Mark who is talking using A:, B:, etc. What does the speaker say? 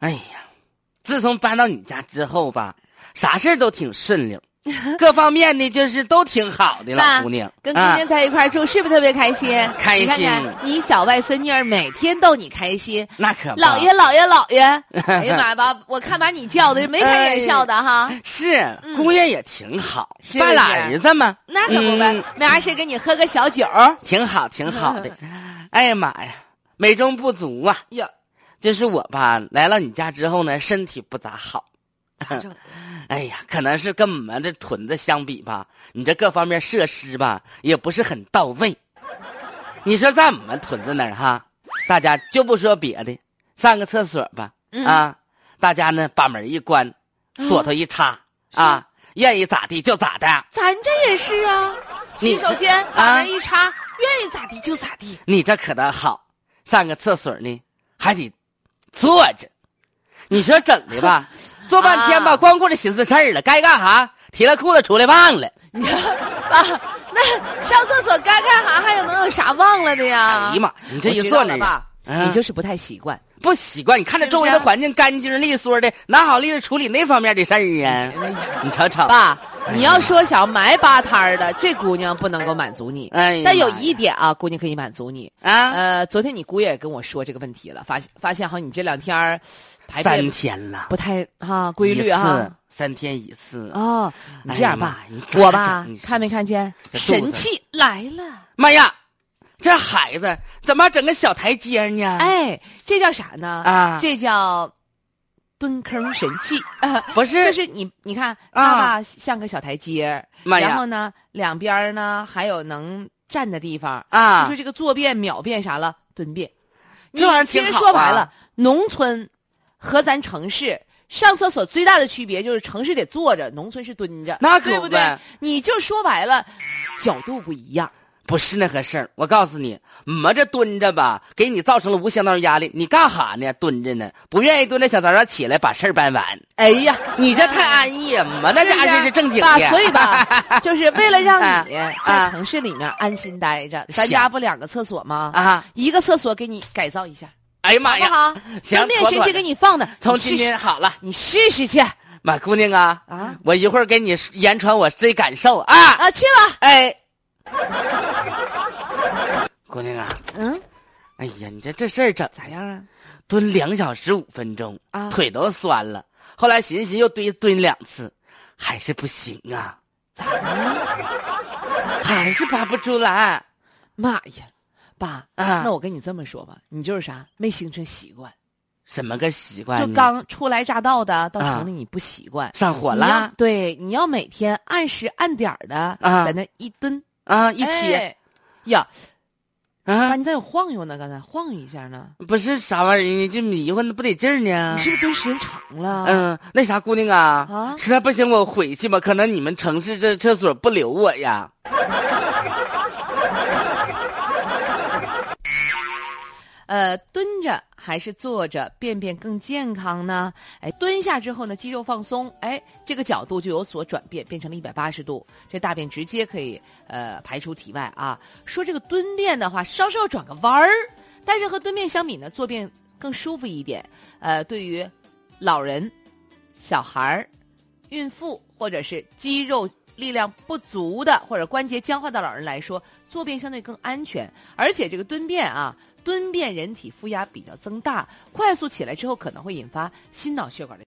A: 哎呀，自从搬到你家之后吧，啥事儿都挺顺溜， 各方面的就是都挺好的
B: 爸
A: 了，姑娘。啊
B: 跟姑娘在一块儿住，是不是特别开心？
A: 开心
B: 你看看你小外孙女儿每天逗你开心。
A: 啊、那可不
B: 老爷，老爷，老 爷！哎呀妈呀，把我看把你叫的眉
A: 哎
B: 开眼笑的哈，
A: 是
B: 嗯
A: 姑娘也挺好，
B: 是不
A: 半拉
B: 是
A: 儿子嘛，
B: 那可不呗
A: 嗯，
B: 没啥事跟你喝个小酒儿。
A: 挺好，挺好的。
B: 嗯
A: 哎呀妈呀，美中不足啊！
B: 哟，
A: 就是我吧，来了你家之后呢，身体不咋好。哎呀，可能是跟我们这屯子相比吧，你这各方面设施吧也不是很到位。你说在我们屯子那儿哈，大家就不说别的，上个厕所吧，
B: 嗯
A: 啊，大家呢把门一关，
B: 嗯
A: 锁头一插、啊，愿意咋地就咋的。
B: 咱这也是啊，
A: 你
B: 洗手间
A: 啊
B: 往那一插，愿意咋地就咋地。
A: 你这可倒好，上个厕所呢还得坐着，你说整的吧， 坐半天吧，
B: 啊
A: 光顾着寻思事儿了，该干啥提了裤子出来忘了。
B: 你看，爸，那上厕所该干啥，还有能有啥忘了的呀？
A: 哎呀妈，你这
B: 啊我
A: 一
B: 知
A: 坐
B: 道
A: 那
B: 了
A: 儿
B: 吧，
A: 嗯
B: 你就是不太习惯。
A: 不习惯，你看这
B: 是不啊
A: 周围
B: 是
A: 的环境干净利索的，哪好利索处理那方面的事儿啊？ 你瞅瞅，
B: 爸，
A: 哎
B: 你要说想埋吧摊儿的，这姑娘不能够满足你。
A: 哎呀妈呀，
B: 但有一点啊，姑娘可以满足你。
A: 啊，
B: 呃，昨天你姑爷也跟我说这个问题了，发现发现好像你这两天儿排
A: 三
B: 便
A: 天了，
B: 不太哈规律哈。，
A: 三天一次。
B: 哦，你这样吧，
A: 哎呀妈，你咋
B: 我吧
A: 整你
B: 看没看见
A: 这肚子
B: 神气来了？
A: 妈呀，这孩子怎么整个小台阶儿呢？
B: 哎，这叫啥呢？
A: 啊，
B: 这叫蹲坑神器，啊
A: 不是，
B: 就是你你看
A: 啊
B: 它吧像个小台阶儿，
A: 妈
B: 然
A: 呀
B: 后呢两边儿呢还有能站的地方，就
A: 啊
B: 说，这个坐便、秒便啥了，蹲便。
A: 这玩意儿
B: 你其实
A: 挺好
B: 说
A: 啊
B: 白了，农村和咱城市上厕所最大的区别就是城市得坐着，农村是蹲着，
A: 那
B: 对
A: 可
B: 不
A: 不
B: 对
A: 呗？
B: 你就说白了，角度不一样。
A: 不是那个事儿。我告诉你，我们这蹲着吧，给你造成了无相当的压力。你干哈呢？蹲着呢，不愿意蹲着，想早点起来把事儿办完。
B: 哎呀，
A: 你这太安逸，我们那家
B: 是
A: 真是正经
B: 吧
A: 的。
B: 所以吧，就是为了让你在
A: 啊
B: 城市里面安心待着，咱
A: 行
B: 家不两个厕所吗？
A: 啊，
B: 一个厕所给你改造一下，
A: 哎呀妈
B: 好不
A: 呀，
B: 好？
A: 行
B: 蹲便
A: 妥
B: 神
A: 妥
B: 器
A: 的
B: 给你放那儿，
A: 从
B: 你试
A: 今
B: 试
A: 天好了，
B: 你试试去啊
A: 马姑娘啊，
B: 啊
A: 我一会儿给你言传我这感受啊。
B: 去吧，
A: 哎，姑娘啊，
B: 嗯，
A: 哎呀，你这这事儿整
B: 咋样啊？
A: 蹲两小时五分钟，
B: 啊，
A: 腿都酸了。后来寻思又蹲蹲两次，还是不行啊，
B: 咋了？
A: 还是拔不出来
B: 妈呀，爸，
A: 啊
B: 那。我跟你这么说吧，你就是啥没形成习惯，
A: 什么个习惯呢？
B: 就刚初来乍到的到
A: 啊
B: 城里你不习惯。
A: 上火
B: 你要
A: 啦
B: 对，你要每天按时按点儿的
A: 啊
B: 在那一蹲
A: 啊！一起、
B: 哎呀，爸，
A: 啊，
B: 你咋有晃悠呢？刚才晃悠一下呢？
A: 不是啥玩意儿，你这迷糊那不得劲儿呢
B: 你。是不是蹲时间长了？
A: 啊嗯，那啥，姑娘啊，
B: 啊
A: 实在不行我回去吧，可能你们城市这厕所不留我呀。
B: 呃，蹲着还是坐着，便便更健康呢？哎，蹲下之后呢，肌肉放松，哎，这个角度就有所转变，变成了一百八十度，这大便直接可以呃排出体外啊。说这个蹲便的话，稍稍转个弯儿，但是和蹲便相比呢，坐便更舒服一点。呃，对于老人、小孩儿、孕妇或者是肌肉。力量不足的或者关节僵化的老人来说，坐便相对更安全，而且这个蹲便啊，蹲便人体负压比较增大，快速起来之后可能会引发心脑血管的。